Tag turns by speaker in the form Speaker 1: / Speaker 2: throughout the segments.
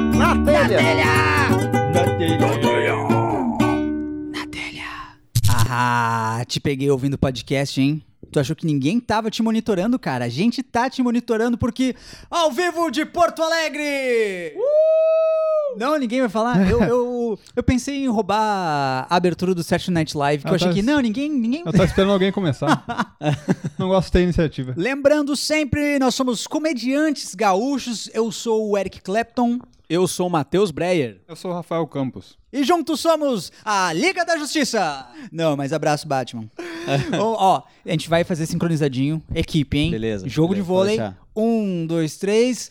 Speaker 1: telha.
Speaker 2: Na telha.
Speaker 1: Ah, te peguei ouvindo podcast, hein? Tu achou que ninguém tava te monitorando, cara? A gente tá te monitorando porque ao vivo de Porto Alegre!
Speaker 2: Uh!
Speaker 1: Não, ninguém vai falar. Eu, eu, eu pensei em roubar a abertura do Saturday Night Live, que
Speaker 2: Ah,
Speaker 1: eu achei
Speaker 2: tá.
Speaker 1: que não, ninguém, ninguém
Speaker 2: Eu tava esperando alguém começar. Não gosto de ter iniciativa.
Speaker 1: Lembrando sempre, nós somos comediantes gaúchos. Eu sou o Eric Clapton. Eu sou o Matheus Breyer.
Speaker 2: Eu sou o Rafael Campos.
Speaker 1: E juntos somos a Liga da Justiça. Não, mas abraço, Batman. Ó, ó, a gente vai fazer sincronizadinho. Equipe, hein?
Speaker 3: Beleza,
Speaker 1: Jogo
Speaker 3: beleza,
Speaker 1: de vôlei.
Speaker 3: pode deixar.
Speaker 1: Um, dois, três.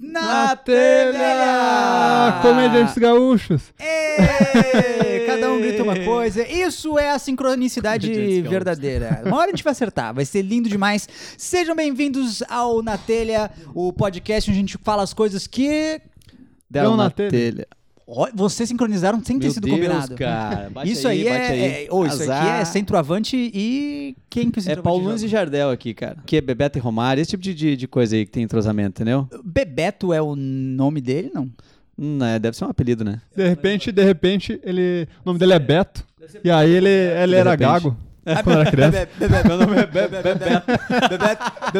Speaker 1: Na,
Speaker 2: telha! Comediantes é, gaúchos.
Speaker 1: Ê! Cada um grita uma coisa. Isso é a sincronicidade
Speaker 3: é
Speaker 1: verdadeira. Uma hora a gente vai acertar, vai ser lindo demais. Sejam bem-vindos ao Na Telha, o podcast onde a gente fala as coisas que
Speaker 3: Deram
Speaker 2: Dão na
Speaker 3: na
Speaker 2: telha.
Speaker 3: telha.
Speaker 1: ó, vocês sincronizaram sem ter
Speaker 3: Meu
Speaker 1: sido
Speaker 3: Deus,
Speaker 1: combinado.
Speaker 3: cara. Bate
Speaker 1: isso
Speaker 3: aí,
Speaker 1: aí,
Speaker 3: bate
Speaker 1: é,
Speaker 3: aí.
Speaker 1: é- ô, isso aqui
Speaker 3: Azar.
Speaker 1: é centroavante e quem que o
Speaker 3: É
Speaker 1: centroavante
Speaker 3: Paulo Nunes
Speaker 1: joga?
Speaker 3: e Jardel aqui, cara. Que é Bebeto e Romário, esse tipo de, de, de coisa aí que tem entrosamento, entendeu?
Speaker 1: Bebeto é o nome dele, não?
Speaker 3: Hum, é, deve ser um apelido, né?
Speaker 2: De repente, de repente, ele. O nome dele é Beto. E aí ele, ele
Speaker 3: De
Speaker 2: era
Speaker 3: repente.
Speaker 2: gago
Speaker 1: É
Speaker 2: É, quando era criança.
Speaker 1: Bebeto. Meu nome é Bebeto. Bebeto.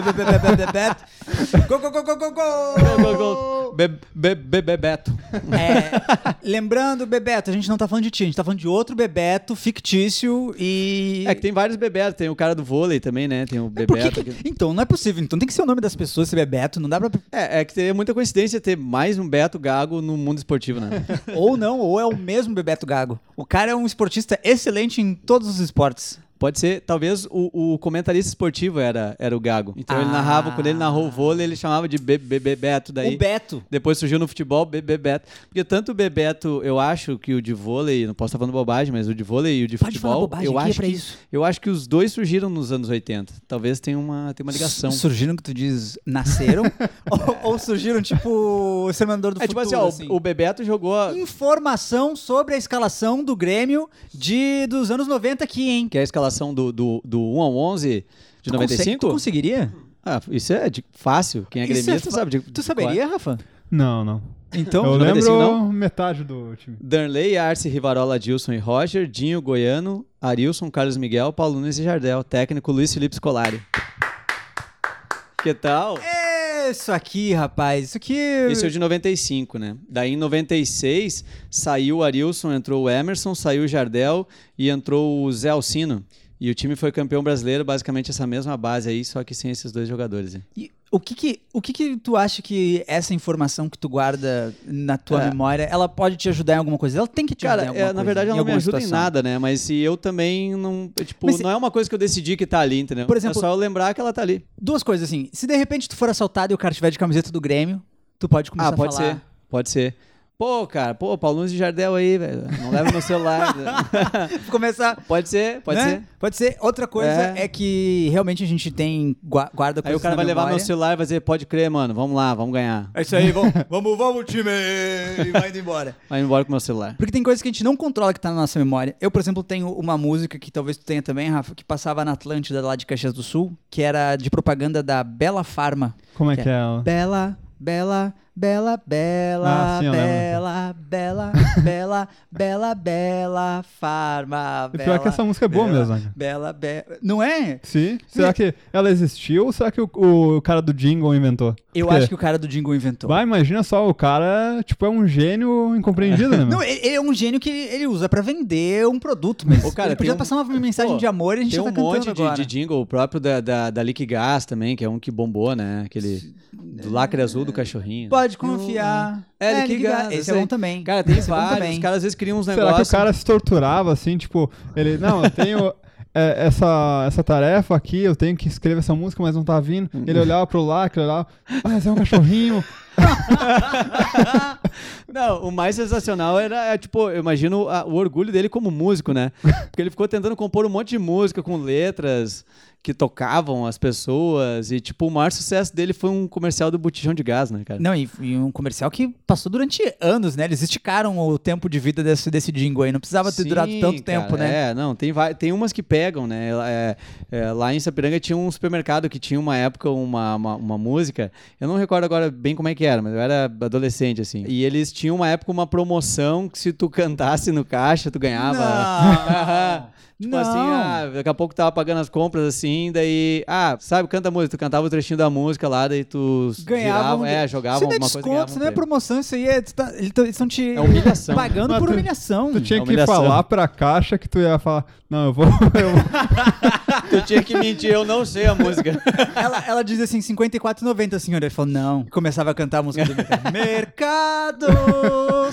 Speaker 1: Bebeto. Bebeto. Go, go, go, go, go, go.
Speaker 3: Bebeto.
Speaker 1: É, lembrando, Bebeto, a gente não tá falando de ti, a gente tá falando de outro Bebeto fictício e.
Speaker 3: É que tem vários Bebeto, tem o cara do vôlei também, né? Tem o
Speaker 1: Mas por que
Speaker 3: Bebeto.
Speaker 1: que-
Speaker 3: aqui.
Speaker 1: Então, não é possível. Então tem que ser o nome das pessoas ser Bebeto, não dá pra.
Speaker 3: É, é que teria muita coincidência ter mais um Beto Gago no mundo esportivo, né?
Speaker 1: ou não, ou é o mesmo Bebeto Gago. O cara é um esportista excelente em todos os esportes.
Speaker 3: Pode ser, talvez o, o comentarista esportivo era, era o Gago. Então ele
Speaker 1: Ah.
Speaker 3: narrava, quando ele narrou o vôlei, ele chamava de Be- Be- Bebeto daí.
Speaker 1: O Beto.
Speaker 3: Depois surgiu no futebol Be- Bebeto. Porque tanto o Bebeto, eu acho que o de vôlei, não posso estar falando bobagem, mas o de vôlei e o de
Speaker 1: Pode
Speaker 3: futebol,
Speaker 1: falar bobagem,
Speaker 3: eu
Speaker 1: aqui é
Speaker 3: acho
Speaker 1: pra
Speaker 3: que,
Speaker 1: isso.
Speaker 3: eu acho que os dois surgiram nos anos 80. Talvez tenha uma, tenha uma ligação.
Speaker 1: Su- Surgiram que tu diz nasceram? ou, ou surgiram, tipo, o Semanador do
Speaker 3: é tipo
Speaker 1: Futuro?
Speaker 3: assim, ó, o-
Speaker 1: assim.
Speaker 3: o Bebeto jogou a-
Speaker 1: Informação sobre a escalação do Grêmio de, dos anos 90 aqui, hein?
Speaker 3: que é a escalação do, do, do 1 ao 11 de
Speaker 1: Tu consegue-
Speaker 3: 95?
Speaker 1: Tu conseguiria?
Speaker 3: Ah, isso é de- fácil. Quem é
Speaker 1: Isso é
Speaker 3: gremista
Speaker 1: fa-
Speaker 3: sabe. de-
Speaker 1: Tu saberia, Rafa?
Speaker 2: Não, não.
Speaker 1: Então,
Speaker 2: eu
Speaker 3: de 95
Speaker 2: lembro
Speaker 3: não?
Speaker 2: metade do time.
Speaker 3: Danley, Arce, Rivarola, Dilson e Roger, Dinho, Goiano, Arilson, Carlos Miguel, Paulo Nunes e Jardel. Técnico Luiz Felipe Scolari. Que tal?
Speaker 1: É Isso aqui, rapaz, isso aqui.
Speaker 3: Esse é o de 95, né? Daí em 96 saiu o Arilson, entrou o Emerson, saiu o Jardel e entrou o Zé Alcino. E o time foi campeão brasileiro, basicamente essa mesma base aí, só que sem esses dois jogadores. né?
Speaker 1: E o que que, o que que tu acha que essa informação que tu guarda na tua
Speaker 3: É.
Speaker 1: memória, ela pode te ajudar em alguma coisa? Ela tem que te
Speaker 3: Cara,
Speaker 1: ajudar em
Speaker 3: é,
Speaker 1: alguma coisa.
Speaker 3: na verdade
Speaker 1: em
Speaker 3: ela não me
Speaker 1: alguma
Speaker 3: ajuda
Speaker 1: situação.
Speaker 3: em nada, né? Mas se eu também não. eu, Tipo,
Speaker 1: Mas se-
Speaker 3: não é uma coisa que eu decidi que tá ali, entendeu?
Speaker 1: Por exemplo-
Speaker 3: é só eu lembrar que ela tá ali.
Speaker 1: Duas coisas assim. Se de repente tu for assaltado e o cara tiver de camiseta do Grêmio, tu pode começar
Speaker 3: Ah, pode
Speaker 1: a falar.
Speaker 3: ser. Pode ser. Pô, cara, pô, Paulo Nunes de Jardel aí, velho. Não leva meu celular. né?
Speaker 1: Começar.
Speaker 3: pode ser, pode
Speaker 1: né?
Speaker 3: ser.
Speaker 1: Pode ser. Outra coisa é,
Speaker 3: É.
Speaker 1: que realmente a gente tem gua- guarda
Speaker 3: Aí
Speaker 1: coisas
Speaker 3: o cara
Speaker 1: na
Speaker 3: vai levar meu
Speaker 1: memória.
Speaker 3: celular e vai dizer, pode crer, mano, vamos lá, vamos ganhar.
Speaker 1: É isso aí, vamos, vamos, vamos time! E vai indo embora.
Speaker 3: Vai embora com meu celular.
Speaker 1: Porque tem coisas que a gente não controla que tá na nossa memória. Eu, por exemplo, tenho uma música que talvez tu tenha também, Rafa, que passava na Atlântida lá de Caxias do Sul, que era de propaganda da Bela Farma.
Speaker 2: Como é
Speaker 1: Que
Speaker 2: que é ela?
Speaker 1: Bela, bela, bela, bela,
Speaker 2: Ah, sim, eu lembro.
Speaker 1: bela, bela, bela, bela, bela Farma.
Speaker 2: E
Speaker 1: Bela,
Speaker 2: pior que essa música é boa
Speaker 1: bela,
Speaker 2: mesmo, né?
Speaker 1: Bela, bela. Não é?
Speaker 2: Sim? Será que ela existiu ou será que o, o cara do Jingle inventou?
Speaker 1: Eu
Speaker 2: Porque-
Speaker 1: acho que o cara do Jingle inventou.
Speaker 2: Vai, imagina só, o cara, tipo, é um gênio incompreendido, né? meu?
Speaker 1: Não, ele ele é um gênio que ele usa pra vender um produto, mas
Speaker 3: Ô, cara,
Speaker 1: ele podia
Speaker 3: tem um-
Speaker 1: passar uma mensagem
Speaker 3: Pô,
Speaker 1: de amor e a gente já
Speaker 3: Tem um
Speaker 1: tá cantando
Speaker 3: monte de,
Speaker 1: agora.
Speaker 3: de jingle, o próprio da, da, da Liquigás também, que é um que bombou, né? Aquele do lacre azul do cachorrinho.
Speaker 1: é. Pode confiar.
Speaker 3: É, ele que
Speaker 1: liga-
Speaker 3: gasta,
Speaker 1: Esse é
Speaker 3: eu sei.
Speaker 1: bom também.
Speaker 3: Cara, tem
Speaker 1: Esse é bom
Speaker 3: vários.
Speaker 1: também.
Speaker 3: Os caras às vezes criam uns
Speaker 2: Será que
Speaker 3: negócios.
Speaker 2: o cara se torturava assim, tipo, ele, não, eu tenho é, essa, essa tarefa aqui, eu tenho que escrever essa música, mas não tá vindo. Ele olhava pro lá, aquele lá, ah, esse é um cachorrinho.
Speaker 3: Não, o mais sensacional era, é, tipo, eu imagino a- o orgulho dele como músico, né? Porque ele ficou tentando compor um monte de música com letras que tocavam as pessoas. E, tipo, o maior sucesso dele foi um comercial do botijão de gás, né, cara?
Speaker 1: Não, e, e um comercial que passou durante anos, né? Eles esticaram o tempo de vida desse, desse jingle aí. Não precisava ter
Speaker 3: Sim,
Speaker 1: durado tanto
Speaker 3: cara,
Speaker 1: tempo, né?
Speaker 3: É, não, tem, vai- tem umas que pegam, né? É, é, lá em Sapiranga tinha um supermercado que tinha uma época uma, uma, uma música. Eu não recordo agora bem como é que era, mas eu era adolescente, assim. E eles tinham uma época uma promoção que se tu cantasse no caixa, tu ganhava.
Speaker 1: Não.
Speaker 3: Tipo
Speaker 1: Não.
Speaker 3: assim, ah, daqui a pouco tava pagando as compras assim, daí, ah, sabe, canta a música, tu cantava o trechinho da música lá, daí tu
Speaker 1: Ganhavam.
Speaker 3: girava, é, jogava
Speaker 1: Isso não é
Speaker 3: alguma coisa,
Speaker 1: desconto,
Speaker 3: ganhava
Speaker 1: isso
Speaker 3: um
Speaker 1: não é
Speaker 3: prêmio.
Speaker 1: promoção, isso aí é. tu tá- ele tá- eles estão te
Speaker 3: É humilhação.
Speaker 1: pagando
Speaker 2: Mas
Speaker 1: por
Speaker 2: tu-
Speaker 1: humilhação.
Speaker 2: Tu tinha
Speaker 3: É
Speaker 2: que
Speaker 3: humilhação.
Speaker 2: falar pra caixa que tu ia falar, não, eu vou. Eu vou.
Speaker 3: Tu tinha que mentir, eu não sei a música.
Speaker 1: Ela, ela diz assim, 54,90, a senhora. assim, Ele falou, não. E Começava a cantar a música do mercado. mercado,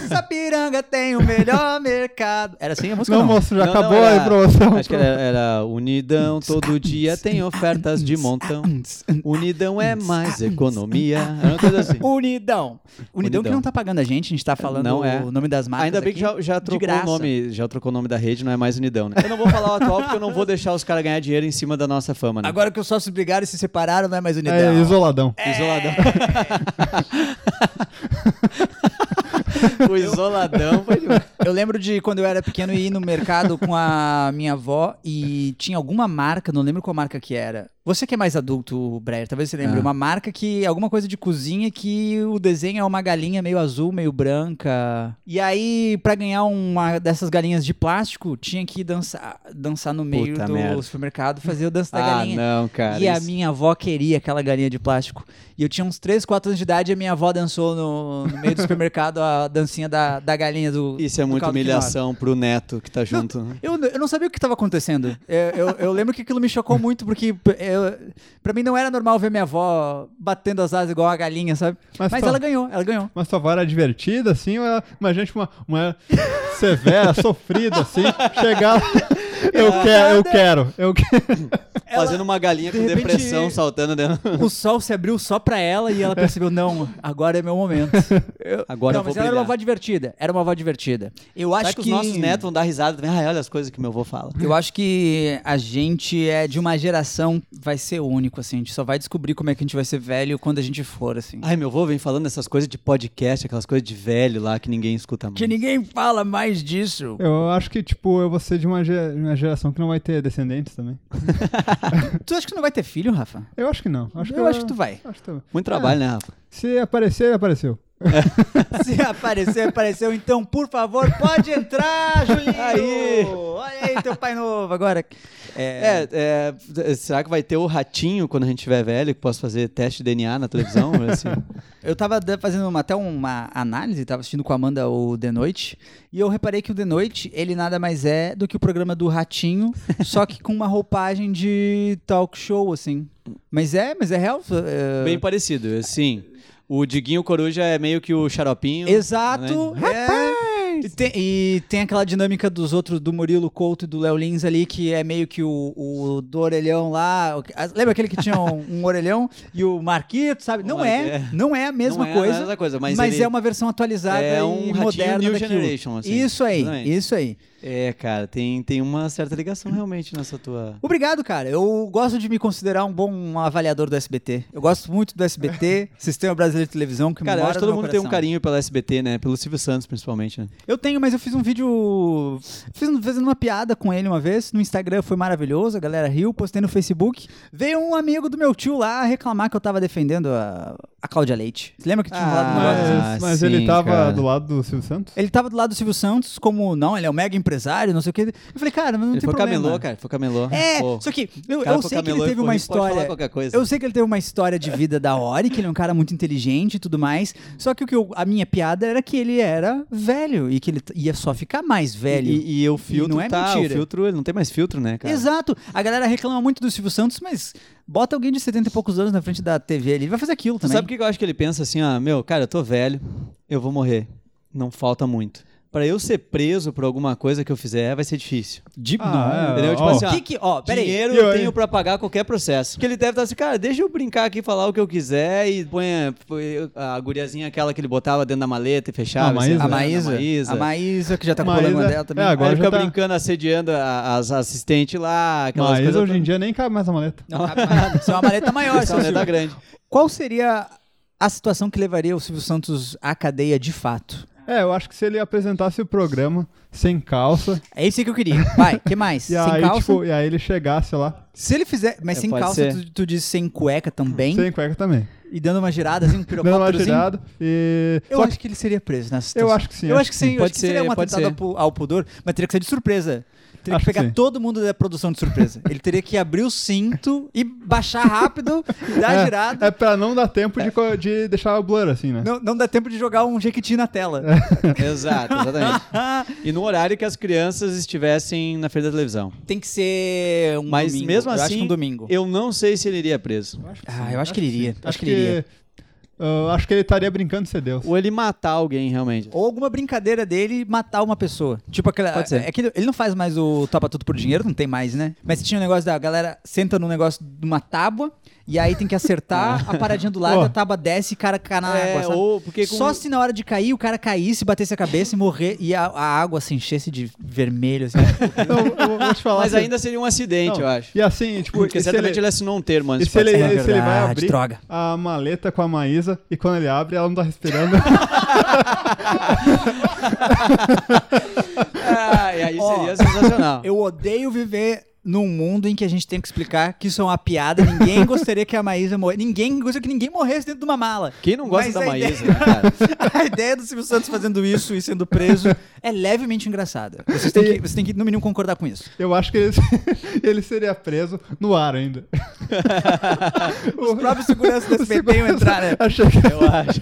Speaker 1: Sapiranga tem o melhor mercado. Era assim a música,
Speaker 2: não,
Speaker 1: não?
Speaker 2: moço, já
Speaker 3: Não, não,
Speaker 2: acabou
Speaker 3: era-
Speaker 2: a promoção.
Speaker 3: Acho que era, era Unidão, todo dia tem ofertas de montão. Unidão é mais economia. Era uma coisa assim.
Speaker 1: Unidão. Unidão. que
Speaker 3: Unidão.
Speaker 1: não tá pagando a gente, a gente tá falando
Speaker 3: Não é.
Speaker 1: o nome das marcas
Speaker 3: Ainda bem que
Speaker 1: aqui
Speaker 3: já, já
Speaker 1: de
Speaker 3: trocou
Speaker 1: graça.
Speaker 3: o nome, já trocou o nome da rede, não é mais Unidão, né? Eu não vou falar o atual porque eu não vou deixar os caras ganhar dinheiro em cima da nossa fama, né?
Speaker 1: Agora que os sócios brigaram e se separaram, não é mais Unidão.
Speaker 2: É, isoladão.
Speaker 3: Isoladão. o isoladão foi um- demais.
Speaker 1: Eu lembro de quando eu era pequeno ir no mercado com a minha avó e tinha alguma marca, não lembro qual marca que era. Você que é mais adulto, Breyer, talvez você lembre.
Speaker 3: Ah.
Speaker 1: Uma marca que. alguma coisa de cozinha que o desenho é uma galinha meio azul, meio branca. E aí, pra ganhar uma dessas galinhas de plástico, tinha que dançar, dançar no meio
Speaker 3: Puta
Speaker 1: do
Speaker 3: merda.
Speaker 1: supermercado, fazer o danço da
Speaker 3: Ah,
Speaker 1: galinha.
Speaker 3: não, cara.
Speaker 1: E a
Speaker 3: isso-
Speaker 1: minha avó queria aquela galinha de plástico. E eu tinha uns 3, 4 anos de idade e a minha avó dançou no, no meio do supermercado a dancinha da, da galinha do.
Speaker 3: Isso é
Speaker 1: do
Speaker 3: muita
Speaker 1: caldo quinoa.
Speaker 3: humilhação pro neto que tá junto. né?
Speaker 1: Eu, eu não sabia o que estava acontecendo. É, Eu, eu, eu lembro que aquilo me chocou muito, porque p- eu, pra mim não era normal ver minha avó batendo as asas igual a galinha, sabe? Mas,
Speaker 2: Mas tá.
Speaker 1: ela ganhou, ela ganhou.
Speaker 2: Mas sua avó era divertida, assim, ou ela, imagina tipo, uma, uma severa, sofrida, assim, chegar. Eu quero, eu quero, eu quero.
Speaker 3: Fazendo uma galinha com
Speaker 1: repente-
Speaker 3: depressão saltando dentro.
Speaker 1: O sol se abriu só pra ela e ela percebeu, não, agora é meu momento. Eu-
Speaker 3: Agora
Speaker 1: não,
Speaker 3: eu
Speaker 1: mas ela era uma
Speaker 3: vou brilhar.
Speaker 1: avó divertida. Era uma avó divertida. Eu acho
Speaker 3: Será que, os nossos netos vão dar risada também? Ai, olha as coisas que meu avô fala.
Speaker 1: Eu acho que a gente é de uma geração, vai ser único, assim. A gente só vai descobrir como é que a gente vai ser velho quando a gente for, assim.
Speaker 3: Ai, meu avô vem falando essas coisas de podcast, aquelas coisas de velho lá que ninguém escuta mais.
Speaker 1: Que ninguém fala mais disso.
Speaker 2: Eu acho que, tipo, eu vou ser de uma, ge- uma geração que não vai ter descendentes também.
Speaker 1: Tu acha que tu não vai ter filho, Rafa?
Speaker 2: Eu acho que não. Acho que
Speaker 1: eu acho que tu vai.
Speaker 2: acho que tu- É,
Speaker 3: Muito trabalho, né, Rafa?
Speaker 2: Se aparecer, apareceu.
Speaker 1: Se aparecer, apareceu. Então, por favor, pode entrar, Julinho.
Speaker 3: Aí.
Speaker 1: Olha aí teu pai novo agora. É,
Speaker 3: É, é, será que vai ter o ratinho quando a gente tiver velho, que posso fazer teste de DNA na televisão? assim?
Speaker 1: eu tava da- fazendo uma- até uma análise, tava assistindo com a Amanda o The Noite, e eu reparei que o The Noite, ele nada mais é do que o programa do Ratinho, só que com uma roupagem de talk show, assim. Mas é, mas é real. é-
Speaker 3: Bem parecido, assim. O Diguinho Coruja é meio que o xaropinho.
Speaker 1: Exato.
Speaker 3: né?
Speaker 1: É. E, tem, e tem aquela dinâmica dos outros, do Murilo Couto e do Léo Lins ali, que é meio que o, o do orelhão lá. o que- as- Lembra aquele que tinha um, um orelhão e o Marquito, sabe?
Speaker 3: O
Speaker 1: Não
Speaker 3: Mar-
Speaker 1: é,
Speaker 3: é.
Speaker 1: não é a mesma
Speaker 3: Não é a
Speaker 1: coisa.
Speaker 3: mesma coisa, mas ele-
Speaker 1: é uma versão atualizada
Speaker 3: É
Speaker 1: e
Speaker 3: um ratinho
Speaker 1: moderna
Speaker 3: new
Speaker 1: daquilo.
Speaker 3: generation, assim.
Speaker 1: Isso aí,
Speaker 3: Exatamente.
Speaker 1: isso aí.
Speaker 3: É, cara, tem, tem uma certa ligação realmente nessa tua.
Speaker 1: Obrigado, cara. Eu gosto de me considerar um bom avaliador do SBT. Eu gosto muito do SBT, Sistema Brasileiro de Televisão, que
Speaker 3: Cara, eu
Speaker 1: mora
Speaker 3: acho que
Speaker 1: no
Speaker 3: todo
Speaker 1: meu
Speaker 3: mundo tem um
Speaker 1: coração.
Speaker 3: carinho pela SBT, né? Pelo Silvio Santos, principalmente, né?
Speaker 1: Eu tenho, mas eu fiz um vídeo. Fiz um- fazendo uma piada com ele uma vez no Instagram, foi maravilhoso, a galera riu, postei no Facebook. Veio um amigo do meu tio lá reclamar que eu tava defendendo a, a Cláudia Leite. Você lembra que tinha falado um negócio assim?
Speaker 3: Ah,
Speaker 2: Mas, mas
Speaker 3: sim,
Speaker 2: ele tava
Speaker 3: cara.
Speaker 2: do lado do Silvio Santos?
Speaker 1: Ele tava do lado do Silvio Santos, como, não, ele é um mega empresário, não sei o quê. Eu falei, cara, não
Speaker 3: ele
Speaker 1: tem
Speaker 3: foi
Speaker 1: problema.
Speaker 3: camelô, cara. Foi camelô.
Speaker 1: É,
Speaker 3: Pô.
Speaker 1: só que eu,
Speaker 3: cara
Speaker 1: eu
Speaker 3: foi
Speaker 1: sei que ele
Speaker 3: camelô e
Speaker 1: teve
Speaker 3: foi
Speaker 1: uma
Speaker 3: rico, pode falar
Speaker 1: história.
Speaker 3: qualquer coisa.
Speaker 1: Eu sei que ele teve uma história de vida da hora, e que ele é um cara muito inteligente e tudo mais. Só que o que eu- a minha piada era que ele era velho e que ele t- ia só ficar mais velho.
Speaker 3: E, e o filtro
Speaker 1: não é
Speaker 3: tá,
Speaker 1: mentira.
Speaker 3: o filtro, ele não tem mais filtro, né, cara?
Speaker 1: Exato. A galera reclama muito do Silvio Santos, mas bota alguém de 70 e poucos anos na frente da TV ali, ele vai fazer aquilo
Speaker 3: Tu
Speaker 1: também.
Speaker 3: sabe o que eu acho que ele pensa assim, ah, meu, cara, eu tô velho, eu vou morrer. Não falta muito. pra eu ser preso por alguma coisa que eu fizer, vai ser difícil.
Speaker 1: De...
Speaker 2: Ah,
Speaker 1: não.
Speaker 2: é.
Speaker 3: Entendeu? Tipo
Speaker 2: ó.
Speaker 3: assim, ó,
Speaker 1: Que que... Ó, peraí.
Speaker 3: Dinheiro
Speaker 2: E
Speaker 3: eu
Speaker 2: aí?
Speaker 3: tenho pra pagar qualquer processo. Porque ele deve estar assim, cara, deixa eu brincar aqui, falar o que eu quiser e põe a- põe a guriazinha aquela que ele botava dentro da maleta e fechava.
Speaker 2: A Maísa?
Speaker 3: sei lá,
Speaker 1: A Maísa.
Speaker 3: né, A Maísa.
Speaker 1: A Maísa, que já tá com
Speaker 2: Maísa-
Speaker 1: problema dela também.
Speaker 2: é, agora
Speaker 3: Aí
Speaker 2: já
Speaker 3: fica
Speaker 2: tá-
Speaker 3: brincando, assediando a- as assistentes lá, aquelas
Speaker 2: Mas
Speaker 3: coisas.
Speaker 2: hoje em dia nem cabe mais a maleta.
Speaker 1: Não cabe mais nada. Isso é uma maleta maior.
Speaker 3: Essa tá
Speaker 1: seu
Speaker 3: maleta
Speaker 1: Silvio.
Speaker 3: grande.
Speaker 1: Qual seria a situação que levaria o Silvio Santos à cadeia de fato?
Speaker 2: É, eu acho que se ele apresentasse o programa sem calça,
Speaker 1: É isso que eu queria. Vai, que mais?
Speaker 2: e
Speaker 1: sem
Speaker 2: aí,
Speaker 1: calça?
Speaker 2: tipo, e aí ele chegasse lá,
Speaker 1: Se ele fizer... Mas
Speaker 3: É,
Speaker 1: sem
Speaker 3: pode
Speaker 1: calça,
Speaker 3: ser.
Speaker 1: tu, tu diz sem cueca também?
Speaker 2: sem cueca também.
Speaker 1: E dando uma girada, assim, um
Speaker 2: Dando uma
Speaker 1: pirocópterozinho?
Speaker 2: tirada e...
Speaker 1: Eu
Speaker 2: Só
Speaker 1: acho que ele seria preso nessa
Speaker 2: Eu
Speaker 1: situação.
Speaker 2: acho que sim.
Speaker 1: Eu acho que sim. Eu
Speaker 3: Pode
Speaker 1: acho que seria
Speaker 3: ser,
Speaker 1: um
Speaker 3: pode
Speaker 1: atentado
Speaker 3: ser.
Speaker 1: ao pu- ao pudor, mas teria que ser de surpresa. Teria
Speaker 2: Acho
Speaker 1: que
Speaker 2: que
Speaker 1: pegar
Speaker 2: sim.
Speaker 1: todo mundo da produção de surpresa. Ele teria que abrir o cinto e baixar rápido, e dar a
Speaker 2: é,
Speaker 1: girada.
Speaker 2: É pra não dar tempo de, co- de deixar o blur, assim, né?
Speaker 1: Não, não dá tempo de jogar um jequiti na tela.
Speaker 3: Exato, exatamente.
Speaker 2: É.
Speaker 3: E no horário que as crianças estivessem na frente da televisão.
Speaker 1: Tem que ser um
Speaker 3: Mas
Speaker 1: domingo.
Speaker 3: mesmo
Speaker 1: eu acho que
Speaker 3: assim,
Speaker 1: um domingo.
Speaker 3: Eu não sei se ele iria preso.
Speaker 1: Ah, eu acho que ele iria. Acho, que ele iria.
Speaker 2: ah, acho que ele estaria brincando de ser Deus.
Speaker 3: Ou ele matar alguém, realmente.
Speaker 1: Ou alguma brincadeira dele matar uma pessoa. Tipo aquela.
Speaker 3: Pode ser.
Speaker 1: É que ele- ele não faz mais o topa tudo por dinheiro, não tem mais, né? Mas tinha um negócio da galera senta num negócio de uma tábua e aí tem que acertar a paradinha do lado,
Speaker 2: Ó.
Speaker 1: a tábua desce e o cara cai tá na
Speaker 3: É,
Speaker 1: água. sabe?
Speaker 3: ou porque com- um
Speaker 1: Só se na hora de cair o cara caísse, batesse a cabeça e morrer e a, a água se enchesse de vermelho. Assim.
Speaker 2: Não, Então, eu vou- vou te falar.
Speaker 3: Mas
Speaker 2: assim,
Speaker 3: ainda seria um acidente,
Speaker 2: não,
Speaker 3: eu acho.
Speaker 2: E assim, tipo,
Speaker 3: Porque
Speaker 2: e se
Speaker 3: certamente
Speaker 2: ele,
Speaker 3: ele... assinou um termo
Speaker 2: e
Speaker 3: antes.
Speaker 2: se ele,
Speaker 3: pode ser.
Speaker 1: É
Speaker 2: e se ele vai
Speaker 1: verdade,
Speaker 2: abrir
Speaker 1: droga.
Speaker 2: a maleta com a Maísa e quando ele abre, ela não tá respirando.
Speaker 3: Ah, e aí
Speaker 1: Ó,
Speaker 3: seria sensacional.
Speaker 1: Eu odeio viver num mundo em que a gente tem que explicar que isso é uma piada. Ninguém gostaria que a Maísa morresse. Ninguém gostaria que ninguém morresse dentro de uma mala.
Speaker 3: Quem não gosta
Speaker 1: Mas
Speaker 3: da
Speaker 1: a ideia-
Speaker 3: Maísa, né, cara?
Speaker 1: A ideia do Silvio Santos fazendo isso e sendo preso é levemente engraçada. Vocês têm que, vocês têm que, no mínimo, concordar com isso.
Speaker 2: eu acho que ele, ele seria preso no ar ainda.
Speaker 1: Os próprios seguranças do SBT iam entrar, né?
Speaker 2: Achei que-
Speaker 3: Eu acho.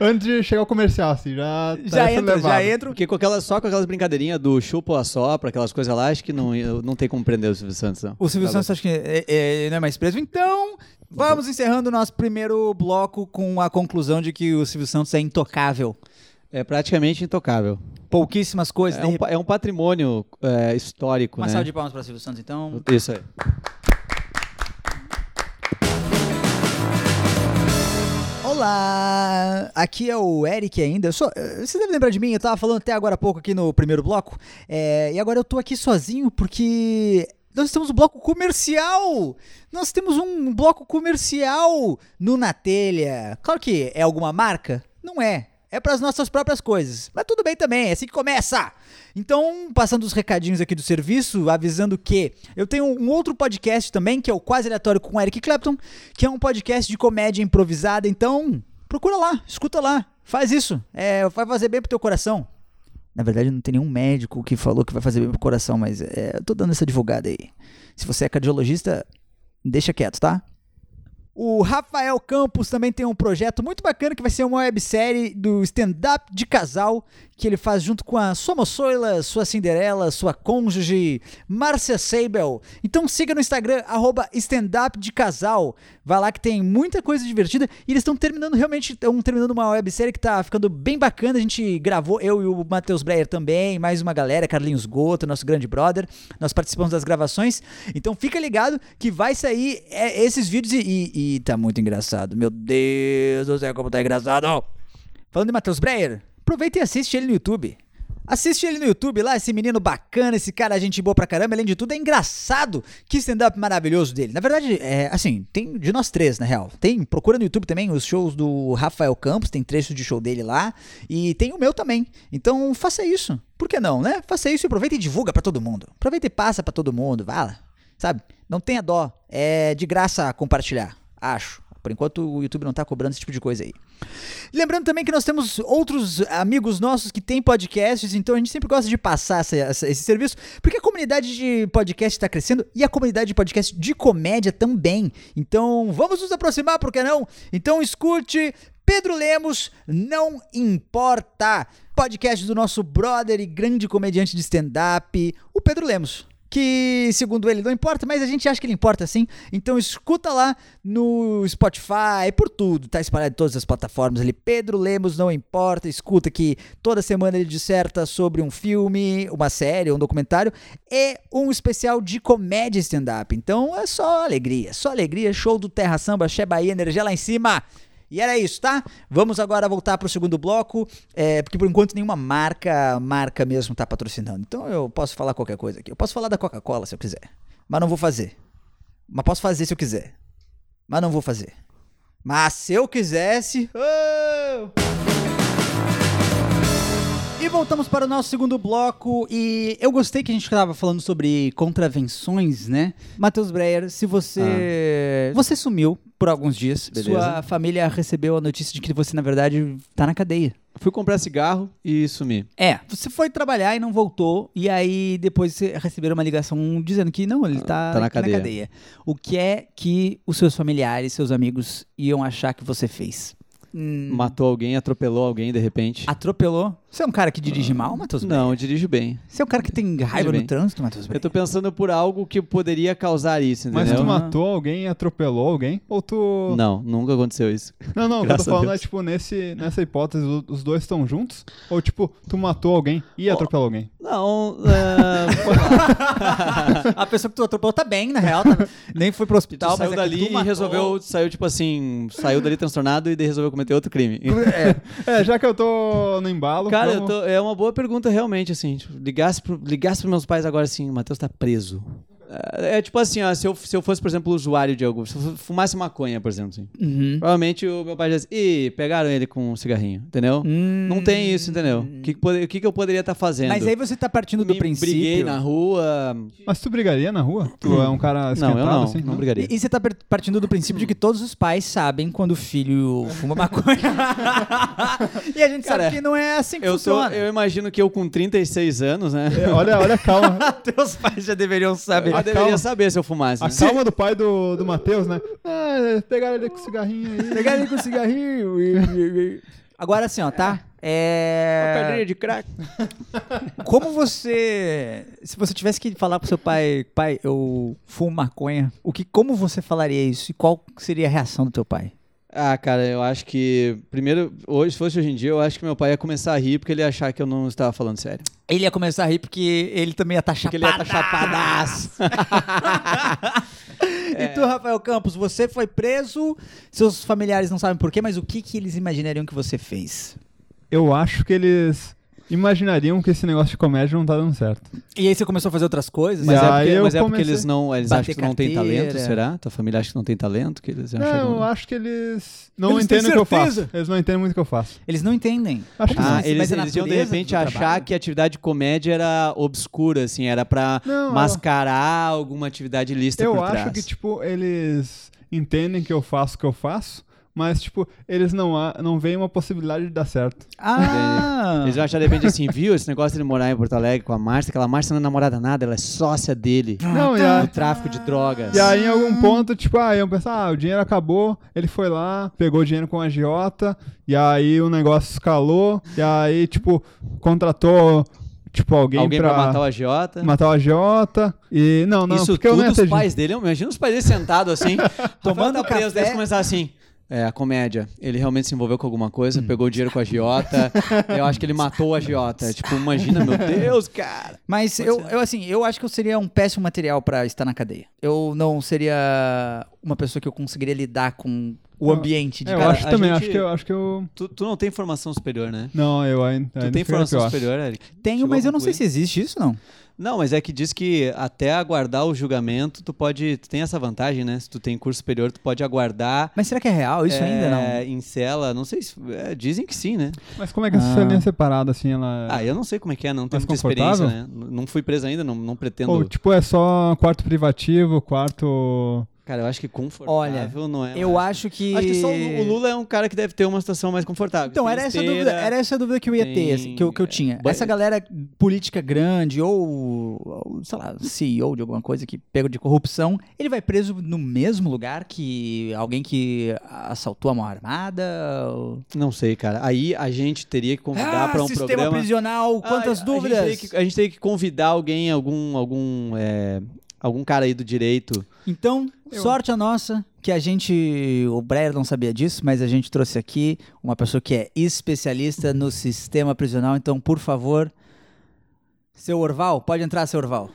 Speaker 2: antes de chegar ao comercial, assim, já tá
Speaker 1: Já
Speaker 2: sendo
Speaker 1: entra, já
Speaker 2: levado.
Speaker 1: entra.
Speaker 3: Porque com aquelas, só com aquelas brincadeirinhas do chupa ou assopra, aquelas coisas lá, acho que não, eu- não tem como prender o Silvio Santos, não.
Speaker 1: O Silvio
Speaker 3: Tá
Speaker 1: Santos acho que é, é, não é mais preso. Então, vamos encerrando o nosso primeiro bloco com a conclusão de que o Silvio Santos é intocável.
Speaker 3: É praticamente intocável.
Speaker 1: Pouquíssimas coisas.
Speaker 3: É
Speaker 1: de
Speaker 3: um,
Speaker 1: repente-
Speaker 3: pa- é um patrimônio é, histórico,
Speaker 1: Uma
Speaker 3: né?
Speaker 1: salva de palmas para Silvio Santos, então.
Speaker 3: Isso aí.
Speaker 1: Olá! Aqui é o Eric ainda. Eu sou- eh, Você deve lembrar de mim, eu tava falando até agora há pouco aqui no primeiro bloco. É, E agora eu tô aqui sozinho porque. Nós temos um bloco comercial! Nós temos um bloco comercial no Na Telha. Claro que é alguma marca? Não é. É para as nossas próprias coisas. Mas tudo bem também, é assim que começa! Então, passando os recadinhos aqui do serviço, avisando que eu tenho um outro podcast também, que é o Quase Aleatório com o Eric Clapton, que é um podcast de comédia improvisada. Então, procura lá, escuta lá, faz isso. É, vai fazer bem pro teu coração. Na verdade, não tem nenhum médico que falou que vai fazer bem pro coração, mas é, eu tô dando essa divulgada aí. Se você é cardiologista, deixa quieto, tá? O Rafael Campos também tem um projeto muito bacana que vai ser uma websérie do stand-up de casal que ele faz junto com a sua moçoila, sua Cinderela, sua cônjuge, Márcia Seibel. Então siga no Instagram, arroba stand-up de casal. Vai lá que tem muita coisa divertida e eles estão terminando realmente, estão terminando uma websérie que tá ficando bem bacana. A gente gravou, eu e o Matheus Breyer também, mais uma galera, Carlinhos Goto, nosso grande brother. Nós participamos das gravações. Então fica ligado que vai sair é, esses vídeos e, e, e tá muito engraçado. Meu Deus do céu, como tá engraçado! Falando de Matheus Breyer, aproveita e assiste ele no YouTube. Assiste ele no YouTube lá, esse menino bacana, esse cara, gente boa pra caramba. Além de tudo, é engraçado. Que stand-up maravilhoso dele. Na verdade, é assim, tem de nós três, na real. Tem, procura no YouTube também os shows do Rafael Campos, tem trecho de show dele lá. E tem o meu também. Então faça isso. Por que não, né? Faça isso e aproveita e divulga pra todo mundo. Aproveita e passa pra todo mundo. Vá lá. Sabe? Não tenha dó. É de graça compartilhar, acho. Por enquanto o YouTube não tá cobrando esse tipo de coisa aí. Lembrando também que nós temos outros amigos nossos que têm podcasts, então a gente sempre gosta de passar essa- essa- esse serviço, porque a comunidade de podcast está crescendo e a comunidade de podcast de comédia também. Então vamos nos aproximar, por que não? Então escute Pedro Lemos, Não Importa, podcast do nosso brother e grande comediante de stand-up, o Pedro Lemos. que segundo ele não importa, mas a gente acha que ele importa sim. Então escuta lá no Spotify, por tudo, tá espalhado em todas as plataformas ali. Pedro Lemos não importa, escuta que toda semana ele disserta sobre um filme, uma série, um documentário e um especial de comédia stand-up. Então é só alegria, só alegria, show do Terra Samba, Xé Bahia, energia lá em cima. E era isso, tá? Vamos agora voltar pro segundo bloco, é, porque por enquanto nenhuma marca, marca mesmo tá patrocinando. Então eu posso falar qualquer coisa aqui. Eu posso falar da Coca-Cola se eu quiser, mas não vou fazer. Mas posso fazer se eu quiser, mas não vou fazer. Mas se eu quisesse. Oh! E voltamos para o nosso segundo bloco e eu gostei que a gente estava falando sobre contravenções, né? Matheus Breyer, se você você sumiu por alguns dias,
Speaker 3: Beleza.
Speaker 1: sua família recebeu a notícia de que você na verdade tá na cadeia.
Speaker 3: Fui comprar cigarro e sumi.
Speaker 1: É, você foi trabalhar e não voltou e aí depois você receberam uma ligação dizendo que não, ele tá,
Speaker 3: tá na
Speaker 1: aqui
Speaker 3: cadeia.
Speaker 1: O que é que os seus familiares, seus amigos iam achar que você fez? Hum,
Speaker 3: Matou alguém, atropelou alguém de repente.
Speaker 1: atropelou? Você é um cara que dirige mal, Matheus Breyer?
Speaker 3: Ah. Não, eu dirijo bem.
Speaker 1: Você é um cara que tem raiva no
Speaker 3: bem.
Speaker 1: trânsito, Matheus
Speaker 3: Eu
Speaker 1: Breyer?
Speaker 3: tô pensando por algo que poderia causar isso, entendeu?
Speaker 2: Mas tu matou alguém, atropelou alguém? Ou tu.
Speaker 3: Não, nunca aconteceu isso.
Speaker 2: Não, não, o que eu tô
Speaker 3: Graças a
Speaker 2: falando é
Speaker 3: Deus.
Speaker 2: tipo, nesse, nessa hipótese, o- os dois estão juntos? Ou tipo, tu matou alguém e atropelou alguém?
Speaker 3: Não, ah,
Speaker 1: é,
Speaker 3: foi lá.
Speaker 1: A pessoa que tu atropelou tá bem, na real. tá- Nem foi pro
Speaker 3: Tu
Speaker 1: hospital, mas
Speaker 3: saiu
Speaker 1: é que
Speaker 3: dali
Speaker 1: tu
Speaker 3: e
Speaker 1: matou.
Speaker 3: resolveu, saiu tipo assim, saiu dali transtornado e daí resolveu cometer outro crime.
Speaker 2: É, já que eu tô no embalo.
Speaker 3: Cara, eu
Speaker 2: vamos-
Speaker 3: tô- é uma boa pergunta realmente, assim, tipo, ligasse, pro, ligasse pros meus pais agora assim, o Matheus tá preso. É, é tipo assim, ó, se eu, se eu fosse, por exemplo, usuário de algo, se eu fumasse maconha, por exemplo, assim,
Speaker 1: Uhum.
Speaker 3: provavelmente o meu pai já disse, ih, pegaram ele com um cigarrinho, entendeu?
Speaker 1: Hum.
Speaker 3: Não tem isso, entendeu? O que, que pode- o que que eu poderia estar fazendo?
Speaker 1: Mas aí você tá partindo do
Speaker 3: Me
Speaker 1: princípio.
Speaker 3: briguei na rua...
Speaker 2: Mas tu brigaria na rua? Tu é um cara
Speaker 3: Não,
Speaker 2: esquentado
Speaker 3: eu não,
Speaker 2: assim?
Speaker 3: não brigaria.
Speaker 1: E, e você tá per- partindo do princípio de que todos os pais sabem quando o filho fuma maconha. e a gente
Speaker 3: Cara,
Speaker 1: sabe que não é assim que
Speaker 3: Eu, tô,
Speaker 1: funciona.
Speaker 3: eu imagino que eu com 36 anos, né?
Speaker 2: É, olha, olha a calma.
Speaker 1: Teus pais já deveriam saber.
Speaker 3: Eu
Speaker 2: A
Speaker 3: deveria
Speaker 2: calma.
Speaker 3: saber se eu fumasse,
Speaker 2: A
Speaker 3: né?
Speaker 2: calma do pai do, do Matheus, né? Ah, pegaram ele com cigarrinho aí.
Speaker 1: Pegaram ele com cigarrinho. e- e- e- Agora assim, ó, tá? É...
Speaker 3: de crack.
Speaker 1: Como você. Se você tivesse que falar pro seu pai, pai, eu fumo maconha, o que, como você falaria isso? E qual seria a reação do teu pai?
Speaker 3: Ah, cara, eu acho que. Primeiro, hoje, se fosse hoje em dia, eu acho que meu pai ia começar a rir porque ele ia achar que eu não estava falando sério.
Speaker 1: Ele ia começar a rir porque ele também ia tá estar chapado.
Speaker 3: Porque ele ia estar chapadaço.
Speaker 1: E tu, Rafael Campos, você foi preso, seus familiares não sabem por quê, mas o que, que eles imaginariam que você fez?
Speaker 2: Eu acho que eles imaginariam que esse negócio de comédia não tá dando certo.
Speaker 1: E aí você começou a fazer outras coisas?
Speaker 3: Mas,
Speaker 2: Mas
Speaker 3: é
Speaker 2: aí
Speaker 3: porque,
Speaker 2: eu
Speaker 3: mas é porque
Speaker 2: comecei-
Speaker 3: eles não. Eles
Speaker 1: Bater
Speaker 3: acham que tu não tem
Speaker 1: carteira.
Speaker 3: talento, será? Tua família acha que não tem talento? Que eles acham
Speaker 2: Não, É, eu
Speaker 3: que...
Speaker 2: acho que eles não
Speaker 1: Eles têm
Speaker 2: entendem o que eu faço.
Speaker 1: certeza?
Speaker 2: Eles não entendem muito o que eu faço.
Speaker 1: Eles não entendem.
Speaker 2: Acho que
Speaker 1: Como
Speaker 2: não.
Speaker 3: Ah,
Speaker 1: assim?
Speaker 3: eles,
Speaker 1: Mas é
Speaker 3: eles iam de
Speaker 1: natureza
Speaker 3: repente
Speaker 1: do
Speaker 3: achar
Speaker 1: trabalho?
Speaker 3: que a atividade de comédia era obscura, assim, era pra
Speaker 2: Não, eu-
Speaker 3: mascarar alguma atividade ilícita
Speaker 2: Eu
Speaker 3: por
Speaker 2: acho
Speaker 3: trás.
Speaker 2: que, tipo, eles entendem que eu faço o que eu faço, mas, tipo, eles não, há, não veem uma possibilidade de dar certo.
Speaker 1: Ah!
Speaker 3: Eles vão achar de repente assim, viu? Esse negócio de morar em Porto Alegre com a Márcia, aquela Márcia não é namorada nada, ela é sócia dele.
Speaker 2: Não, e,
Speaker 3: O
Speaker 2: a-
Speaker 3: tráfico de drogas.
Speaker 2: e aí, em algum ponto, tipo, ah, eu pensar, ah, o dinheiro acabou, ele foi lá, pegou o dinheiro com a agiota, e aí o negócio escalou, e aí, tipo, contratou, tipo, alguém,
Speaker 3: Alguém pra
Speaker 2: pra
Speaker 3: matar o agiota.
Speaker 2: matar o agiota, e... Não, não,
Speaker 3: Isso
Speaker 2: porque eu
Speaker 3: tudo
Speaker 2: não ia
Speaker 3: os
Speaker 2: ter dinheiro.
Speaker 3: pais dele, eu imagino os pais dele sentados assim, tomando
Speaker 1: Tomando
Speaker 3: tá preso,
Speaker 1: café.
Speaker 3: daí eles começaram assim. É, a comédia. Ele realmente se envolveu com alguma
Speaker 2: Hum.
Speaker 3: coisa, pegou o dinheiro com a agiota. eu acho que ele matou a agiota. Tipo, imagina, meu Deus, cara.
Speaker 1: Mas eu, eu, assim, eu acho que eu seria um péssimo material pra estar na cadeia. Eu não seria uma pessoa que eu conseguiria lidar com o
Speaker 2: Eu-
Speaker 1: ambiente de
Speaker 2: É, eu
Speaker 1: cara.
Speaker 2: acho também,
Speaker 3: gente-
Speaker 2: acho que eu acho que eu.
Speaker 3: Tu, tu não tem formação superior, né?
Speaker 2: É, Não, eu ainda.
Speaker 3: Tu
Speaker 2: ainda
Speaker 3: tem
Speaker 2: fico no que eu
Speaker 3: formação
Speaker 2: acho.
Speaker 3: superior, Eric?
Speaker 1: Tenho,
Speaker 3: Chegou
Speaker 1: mas
Speaker 3: a
Speaker 1: eu não sei
Speaker 3: concluir?
Speaker 1: se existe isso, não.
Speaker 3: Não, mas é que diz que até aguardar o julgamento, tu pode. Tu tem essa vantagem, né? Se tu tem curso superior, tu pode aguardar.
Speaker 1: Mas será que é real isso
Speaker 3: é,
Speaker 1: ainda, não?
Speaker 3: Em cela, não sei se. é, dizem que sim, né?
Speaker 2: Mas como é que essa
Speaker 1: Ah.
Speaker 2: linha separada, assim, ela.
Speaker 3: Ah, eu não sei como é que é, não tenho
Speaker 2: Mais
Speaker 3: muita experiência, né?
Speaker 2: confortável? é,
Speaker 3: N- Não fui preso ainda, não, não pretendo.
Speaker 2: Ou tipo, é só quarto privativo, quarto.
Speaker 3: Cara, eu acho que confortável não é.
Speaker 1: Eu acho que.
Speaker 3: Acho que só o Lula é um cara que deve ter uma situação mais confortável.
Speaker 1: Então,
Speaker 3: Tem
Speaker 1: era essa,
Speaker 3: esteira,
Speaker 1: dúvida, era essa dúvida que eu ia ter, assim,
Speaker 3: tem,
Speaker 1: que eu, que eu
Speaker 3: é,
Speaker 1: tinha.
Speaker 3: ba-
Speaker 1: Essa galera política grande ou, ou, sei lá, CEO de alguma coisa que pega de corrupção, ele vai preso no mesmo lugar que alguém que assaltou a mão armada? ou-
Speaker 3: Não sei, cara. Aí a gente teria que convidar para um
Speaker 1: Ah, sistema
Speaker 3: programa.
Speaker 1: prisional,
Speaker 3: Ah,
Speaker 1: quantas
Speaker 3: a
Speaker 1: dúvidas?
Speaker 3: Gente teria que, a gente teria que convidar alguém, algum, algum, é, algum cara aí do direito.
Speaker 1: Então,
Speaker 2: Eu-
Speaker 1: sorte a nossa, que a gente. O Breyer não sabia disso, mas a gente trouxe aqui uma pessoa que é especialista no sistema prisional. Então, por favor, seu Orval, pode entrar, seu Orval.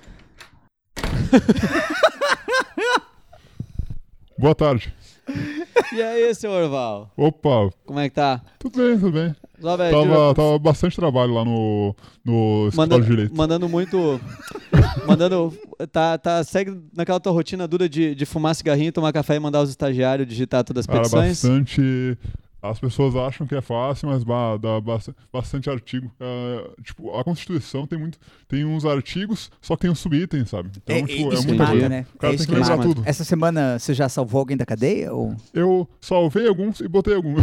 Speaker 4: Boa tarde.
Speaker 3: E aí, seu Orval?
Speaker 4: Opa,
Speaker 3: Como é que tá?
Speaker 4: tudo bem, tudo bem.
Speaker 3: Sobe
Speaker 1: É,
Speaker 3: aí,
Speaker 4: Tava,
Speaker 3: tira-
Speaker 4: tava bastante trabalho lá no, no escritório de
Speaker 3: mandando,
Speaker 4: direito.
Speaker 3: mandando muito. mandando. Tá, tá, segue naquela tua rotina dura de, de fumar cigarrinho, tomar café e mandar os estagiários digitar todas as
Speaker 4: Era
Speaker 3: petições.
Speaker 4: bastante. As pessoas acham que é fácil, mas bah, dá bastante, bastante artigo. Ah, tipo, a Constituição tem muito. Tem uns artigos, só que tem uns subitens, sabe? Então,
Speaker 1: É- é
Speaker 4: tipo, é,
Speaker 1: isso que
Speaker 4: muita
Speaker 3: mata,
Speaker 4: coisa.
Speaker 1: né?
Speaker 4: O cara
Speaker 1: É isso
Speaker 4: tem que
Speaker 1: que
Speaker 4: lembrar
Speaker 3: mata.
Speaker 4: tudo.
Speaker 1: Essa semana você já salvou alguém da cadeia? Ou...
Speaker 4: Eu salvei alguns e botei alguns.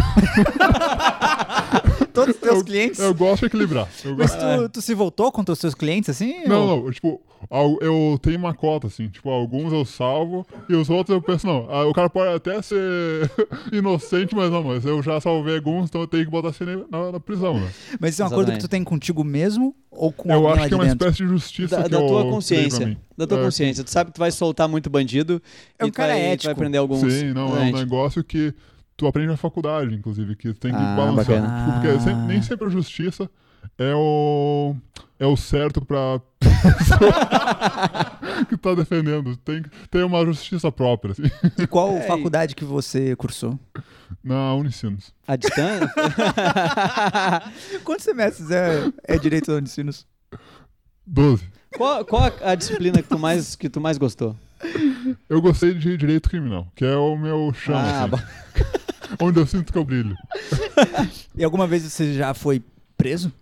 Speaker 1: Todos os teus
Speaker 4: eu,
Speaker 1: clientes?
Speaker 4: eu gosto de equilibrar. Eu
Speaker 1: Mas
Speaker 4: gosto...
Speaker 1: tu, tu se voltou contra os seus clientes assim? ou-
Speaker 4: Não, não, tipo, al- eu tenho uma cota, assim, tipo, alguns eu salvo e os outros eu penso, não, ah, o cara pode até ser inocente, mas não, mas eu já salvei alguns, então eu tenho que botar assim na, na prisão, né?
Speaker 1: Mas isso é um acordo que tu
Speaker 3: Exatamente.
Speaker 1: tem contigo mesmo ou com
Speaker 4: eu
Speaker 1: alguém lá
Speaker 4: acho que é
Speaker 1: de
Speaker 4: uma
Speaker 1: dentro?
Speaker 4: espécie de justiça
Speaker 3: Da,
Speaker 4: que
Speaker 3: da
Speaker 4: eu
Speaker 3: tua
Speaker 4: criei pra
Speaker 3: consciência.
Speaker 4: mim.
Speaker 3: Da tua
Speaker 4: É,
Speaker 3: consciência. Tu sabe que tu vai soltar muito bandido
Speaker 1: É um
Speaker 3: e tu
Speaker 1: cara
Speaker 3: vai, tu
Speaker 1: ético.
Speaker 3: vai prender alguns.
Speaker 4: Sim, não, é um
Speaker 3: Gente,
Speaker 4: negócio que tu aprende na faculdade, inclusive, que tu tem que
Speaker 3: Ah,
Speaker 4: balançar.
Speaker 3: bacana.
Speaker 4: Tipo, porque sem-
Speaker 1: Ah.
Speaker 4: nem sempre a justiça é o, é o certo pra que tá defendendo. Tem, que ter uma justiça própria, assim,
Speaker 1: E qual
Speaker 3: É, e-
Speaker 1: faculdade que você cursou?
Speaker 4: na Unicinos.
Speaker 3: A distância?
Speaker 1: Quantos semestres é, é direito de ensinos?
Speaker 4: 12.
Speaker 3: qual qual a, a disciplina que tu, mais, que tu mais gostou?
Speaker 4: Eu gostei de direito criminal, que é o meu chão,
Speaker 3: Ah,
Speaker 4: assim,
Speaker 3: ba-
Speaker 4: onde eu sinto que eu brilho.
Speaker 1: E alguma vez você já foi preso?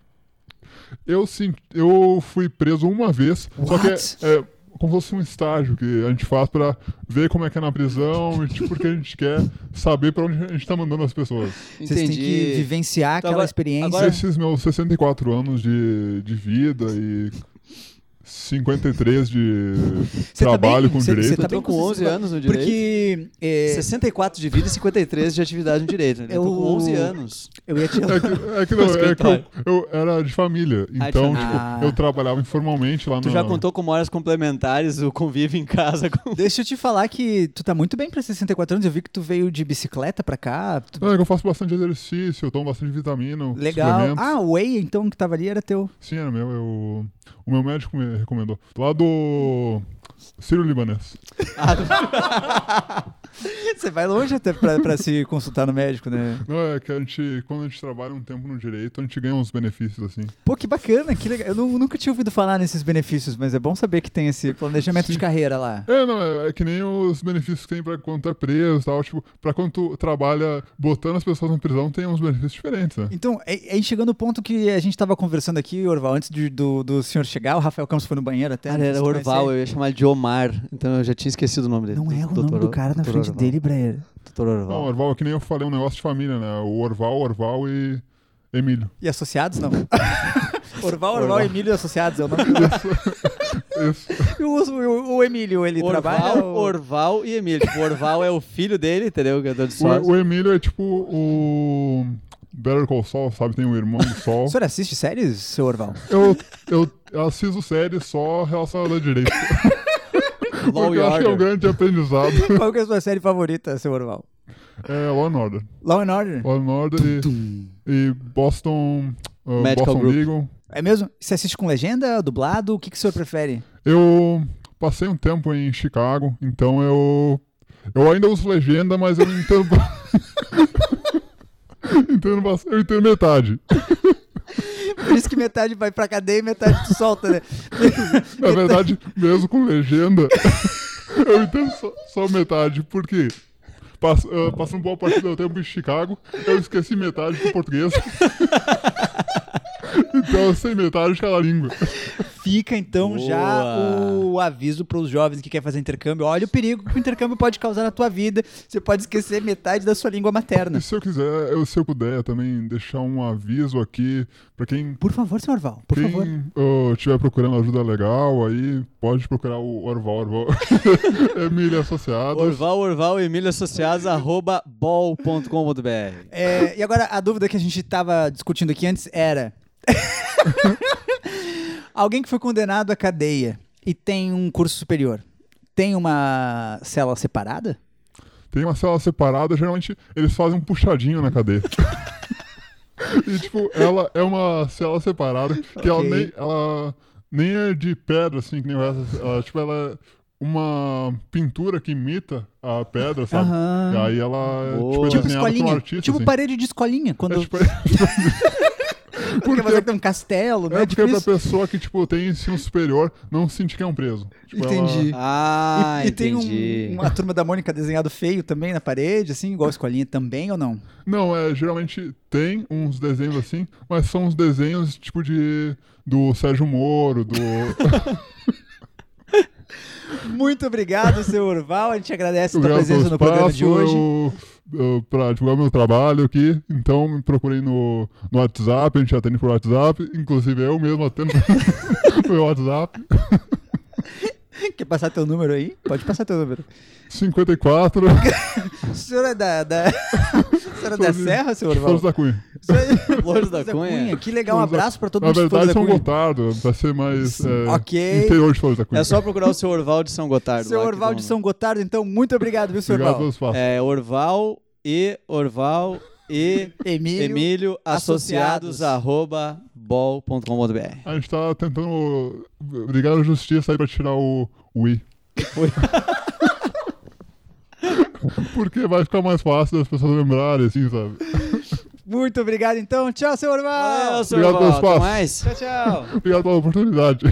Speaker 4: Eu, sim, eu fui preso uma vez, só que
Speaker 1: What?
Speaker 4: é, é como se fosse um estágio que a gente faz pra ver como é que é na prisão, e tipo, porque a gente quer saber pra onde a gente tá mandando as pessoas.
Speaker 1: Vocês têm que
Speaker 3: Entendi.
Speaker 1: vivenciar
Speaker 3: Então
Speaker 1: aquela
Speaker 3: agora-
Speaker 1: experiência.
Speaker 3: agora-
Speaker 4: Esses meus 64 anos de, de vida e 53 de
Speaker 1: Você tá
Speaker 4: trabalho
Speaker 1: bem?
Speaker 4: com
Speaker 1: Você- você
Speaker 4: direito.
Speaker 1: tá
Speaker 3: Eu tô
Speaker 1: bem
Speaker 3: com 11 anos no direito.
Speaker 1: Porque é,
Speaker 3: 64 de vida e 53 de atividade no direito. Eu tô com
Speaker 1: Eu-
Speaker 3: 11 anos.
Speaker 1: eu ia te. um-
Speaker 4: É que, é que não, é que eu, eu era de família,
Speaker 3: Ah, de
Speaker 4: então
Speaker 3: família.
Speaker 4: tipo,
Speaker 1: Ah.
Speaker 4: eu trabalhava informalmente lá no...
Speaker 3: Tu já contou como horas complementares o convívio em casa com.
Speaker 1: Deixa eu te falar que tu tá muito bem pra 64 anos. Eu vi que tu veio de bicicleta pra cá. tu-
Speaker 4: Não, é que eu faço bastante exercício, eu tomo bastante vitamina.
Speaker 1: Legal.
Speaker 4: suplemento.
Speaker 1: Ah, o Whey, então, que tava ali era teu.
Speaker 4: Sim, era meu. Eu... O meu médico me recomendou. Lá do. Ciro Libanês.
Speaker 1: Você vai longe até pra, pra se consultar no médico, né?
Speaker 4: Não, é que a gente, quando a gente trabalha um tempo no direito, a gente ganha uns benefícios, assim.
Speaker 1: Pô, que bacana, que legal. Eu nu- nunca tinha ouvido falar nesses benefícios, mas é bom saber que tem esse planejamento de carreira lá.
Speaker 4: É, não, é, é que nem os benefícios que tem pra quando tu é preso e tal. Tipo, pra quando tu trabalha botando as pessoas na prisão, tem uns benefícios diferentes, né?
Speaker 1: Então, é- aí chegando o ponto que a gente tava conversando aqui, Orval, antes de- do, do senhor chegar, o Rafael Campos foi no banheiro até.
Speaker 3: Cara,
Speaker 1: antes
Speaker 3: era
Speaker 1: de
Speaker 3: Orval,
Speaker 1: conhecer.
Speaker 3: eu ia chamar ele de Omar, então eu já tinha esquecido o nome dele.
Speaker 1: Não é o
Speaker 3: Doutor
Speaker 1: nome do
Speaker 3: Or-
Speaker 1: cara na
Speaker 3: Doutor
Speaker 1: frente
Speaker 3: Orval.
Speaker 1: dele, Breyer.
Speaker 3: Doutor
Speaker 4: Não,
Speaker 3: Orval.
Speaker 4: Orval, é que nem eu falei, um negócio de família, né? O Orval, Orval e Emílio.
Speaker 1: E associados, não. Orval, Orval,
Speaker 3: Orval.
Speaker 1: Emílio e associados é o nome do...
Speaker 4: Isso.
Speaker 1: E o, o, o Emílio, ele trabalha...
Speaker 3: Orval,
Speaker 1: ou-
Speaker 3: Orval e Emílio. Tipo, Orval é o filho dele, entendeu? Que é de sócio.
Speaker 4: O, o Emílio é tipo o. Better Call Saul, sabe? Tem o irmão do Sol.
Speaker 1: O senhor assiste séries, seu Orval?
Speaker 4: Eu, eu assisto séries só relacionada a direito.
Speaker 3: Law
Speaker 4: porque
Speaker 3: e
Speaker 4: eu acho que é um
Speaker 3: Order.
Speaker 4: grande aprendizado.
Speaker 1: Qual que é a sua série favorita, seu Orval?
Speaker 4: É Law and Order.
Speaker 1: Law and Order?
Speaker 4: Law and Order e, e Boston. uh,
Speaker 3: Medical
Speaker 4: Boston
Speaker 3: Group.
Speaker 4: Legal.
Speaker 1: É mesmo? Você assiste com legenda, dublado? O que, que o senhor prefere?
Speaker 4: Eu passei um tempo em Chicago, então eu. Eu ainda uso legenda, mas eu entendo. entendo bas- eu entendo metade.
Speaker 1: Por isso que metade vai pra cadeia e metade tu solta, né?
Speaker 4: Na verdade, mesmo com legenda, eu entendo só, só metade, porque pass, ah, passando boa parte do meu tempo em Chicago, eu esqueci metade do português. então eu sei metade de cada língua.
Speaker 1: fica então já
Speaker 3: Boa.
Speaker 1: o aviso para os jovens que querem fazer intercâmbio. Olha o perigo que o intercâmbio pode causar na tua vida. Você pode esquecer metade da sua língua materna.
Speaker 4: E se eu quiser, eu, se eu puder também deixar um aviso aqui pra quem,
Speaker 1: Por favor, senhor Val, por favor.
Speaker 4: quem oh, tiver procurando ajuda legal, aí pode procurar o Orval, Orval. Emília Associados.
Speaker 3: Orval, Orval, Emílio Associados, arroba bol.com.br.
Speaker 1: É, e agora, a dúvida que a gente tava discutindo aqui antes era: alguém que foi condenado à cadeia e tem um curso superior, tem uma cela separada?
Speaker 4: Tem uma cela separada, geralmente eles fazem um puxadinho na cadeia. e, tipo, ela é uma cela separada, que ela,
Speaker 1: Ok.
Speaker 4: nem, ela nem é de pedra, assim, que nem essa. Ela, tipo, ela é uma pintura que imita a pedra, sabe?
Speaker 1: Aham.
Speaker 4: E aí ela
Speaker 3: Boa.
Speaker 4: tipo, é
Speaker 1: Tipo
Speaker 4: desenhada por um
Speaker 1: escolinha.
Speaker 4: artista,
Speaker 1: tipo
Speaker 4: assim.
Speaker 1: parede de escolinha. Quando
Speaker 4: É, tipo,
Speaker 1: porque
Speaker 4: porque-
Speaker 1: você tem um castelo, né?
Speaker 4: é porque é pra
Speaker 1: Difícil.
Speaker 4: pessoa que, tipo, tem ensino superior não sentir que é um preso. Tipo, ela-
Speaker 1: Entendi.
Speaker 3: Ah,
Speaker 1: e, e tem um-
Speaker 3: entendi.
Speaker 1: uma turma da Mônica desenhado feio também na parede, assim, igual a escolinha também ou não?
Speaker 4: Não, é, geralmente tem uns desenhos assim, mas são uns desenhos, tipo, de... Do Sérgio Moro, do...
Speaker 1: Muito obrigado, seu Urval. A gente agradece a tua
Speaker 4: Obrigado pelo
Speaker 1: presença tá no programa de hoje.
Speaker 4: espaço, eu- eu- pra divulgar meu trabalho aqui. Então me procurei no, no WhatsApp, a gente atende por WhatsApp, inclusive eu mesmo atendo por WhatsApp.
Speaker 1: Quer passar teu número aí? Pode passar teu número.
Speaker 4: 54
Speaker 1: O senhor é da, da... o senhor é da
Speaker 4: Sobre-
Speaker 1: Serra, seu Urval?
Speaker 4: Flores da Cunha.
Speaker 1: O senhor é-
Speaker 3: Flores da Cunha.
Speaker 1: Que legal, um
Speaker 4: Flores da-
Speaker 1: abraço pra todo
Speaker 4: Na
Speaker 1: mundo de
Speaker 4: verdade,
Speaker 1: Flores da
Speaker 4: São
Speaker 1: Cunha.
Speaker 4: Gotardo, pra ser mais é,
Speaker 1: Ok.
Speaker 4: interior de Flores da Cunha.
Speaker 3: É só procurar o seu Orval de São Gotardo.
Speaker 1: Seu
Speaker 3: lá que um
Speaker 1: Orval de
Speaker 3: vão-
Speaker 1: São Gotardo, então, muito obrigado, viu, senhor
Speaker 4: Obrigado pelo
Speaker 1: Orval?
Speaker 4: espaço.
Speaker 3: É, Orval e Orval e
Speaker 1: Emílio,
Speaker 3: Emílio
Speaker 1: Associados.
Speaker 3: Associados, arroba bol.com.br.
Speaker 4: A gente tá tentando brigar na justiça aí pra tirar o, o I.
Speaker 3: Ui.
Speaker 4: Porque vai ficar mais fácil das pessoas lembrarem, assim, sabe?
Speaker 1: muito obrigado, então. Tchau, seu Orval!
Speaker 3: Valeu, seu
Speaker 4: Obrigado pelo
Speaker 3: Orval. Até
Speaker 4: espaço.
Speaker 3: mais.
Speaker 1: Tchau, tchau.
Speaker 4: Obrigado pela oportunidade.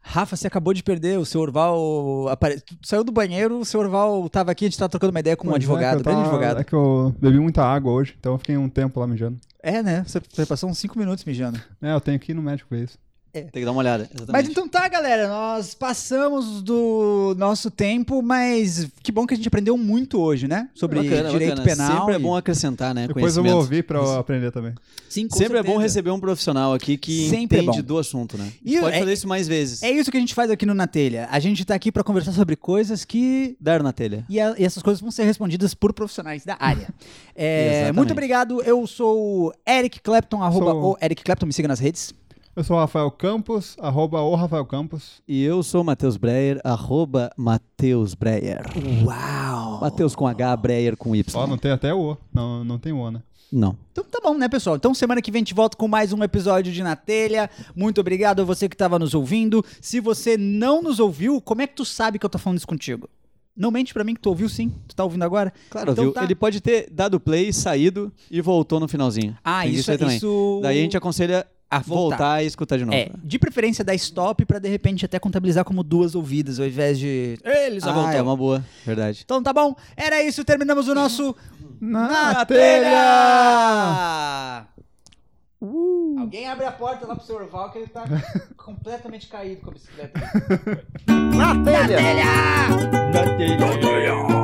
Speaker 1: Rafa, você acabou de perder. O seu Orval apare... tu saiu do banheiro, o seu Orval tava aqui, a gente tava trocando uma ideia com um
Speaker 2: Pois é,
Speaker 1: advogado,
Speaker 2: que eu
Speaker 1: grande
Speaker 2: tava- É
Speaker 1: advogado.
Speaker 2: que eu bebi muita água hoje, então eu fiquei um tempo lá mijando.
Speaker 1: É, né? Você, você passou uns 5 minutos mijando.
Speaker 2: É, eu tenho que ir no médico ver isso.
Speaker 3: Tem que dar uma olhada. Exatamente.
Speaker 1: Mas então tá, galera. Nós passamos do nosso tempo, mas que bom que a gente aprendeu muito hoje, né? Sobre
Speaker 3: Bacana,
Speaker 1: direito
Speaker 3: bacana.
Speaker 1: penal.
Speaker 3: Sempre é
Speaker 1: e-
Speaker 3: bom acrescentar, né?
Speaker 2: Depois eu vou
Speaker 3: conhecimento.
Speaker 2: ouvir pra eu aprender também.
Speaker 1: Sim, com
Speaker 3: Sempre é
Speaker 1: certeza.
Speaker 3: bom receber um profissional aqui que
Speaker 1: Sempre é
Speaker 3: entende
Speaker 1: bom.
Speaker 3: do assunto, né?
Speaker 1: E
Speaker 3: Pode
Speaker 1: é-
Speaker 3: fazer isso mais vezes.
Speaker 1: É isso que a gente faz aqui no Na Telha. A gente tá aqui pra conversar sobre coisas que
Speaker 3: Dar na telha.
Speaker 1: E, a- e essas coisas vão ser respondidas por profissionais da área. É,
Speaker 3: Exatamente.
Speaker 1: muito obrigado. Eu sou o Eric Clapton, arroba
Speaker 2: Sou-
Speaker 1: o Eric Clapton, me siga nas redes.
Speaker 2: Eu sou o Rafael Campos, arroba o Rafael Campos.
Speaker 3: E eu sou o Matheus Breyer, arroba Matheus Breyer.
Speaker 1: Uau!
Speaker 3: Matheus com H, Breyer com Y.
Speaker 2: Ó, não tem até o O. Não, não tem o O, né?
Speaker 3: Não.
Speaker 1: Então tá bom, né, pessoal? Então semana que vem a gente volta com mais um episódio de Na Telha. Muito obrigado a você que estava nos ouvindo. Se você não nos ouviu, como é que tu sabe que eu tô falando isso contigo? Não mente pra mim que tu ouviu sim. Tu tá ouvindo agora?
Speaker 3: Claro,
Speaker 1: Então
Speaker 3: viu?
Speaker 1: tá.
Speaker 3: Ele pode ter dado play, saído e voltou no finalzinho.
Speaker 1: Ah,
Speaker 3: Tem
Speaker 1: isso, é
Speaker 3: também.
Speaker 1: isso.
Speaker 3: Daí a gente aconselha
Speaker 1: A
Speaker 3: a
Speaker 1: voltar.
Speaker 3: voltar. e escutar de novo.
Speaker 1: É, de preferência dar stop pra de repente até contabilizar como duas ouvidas, ao invés de. Eles
Speaker 3: ah, é uma boa. Verdade.
Speaker 1: Então tá bom, era isso, terminamos o nosso
Speaker 2: Na
Speaker 1: telha! Alguém abre a porta lá pro seu Orval que ele tá completamente caído com a bicicleta.
Speaker 2: Na telha! Na telha!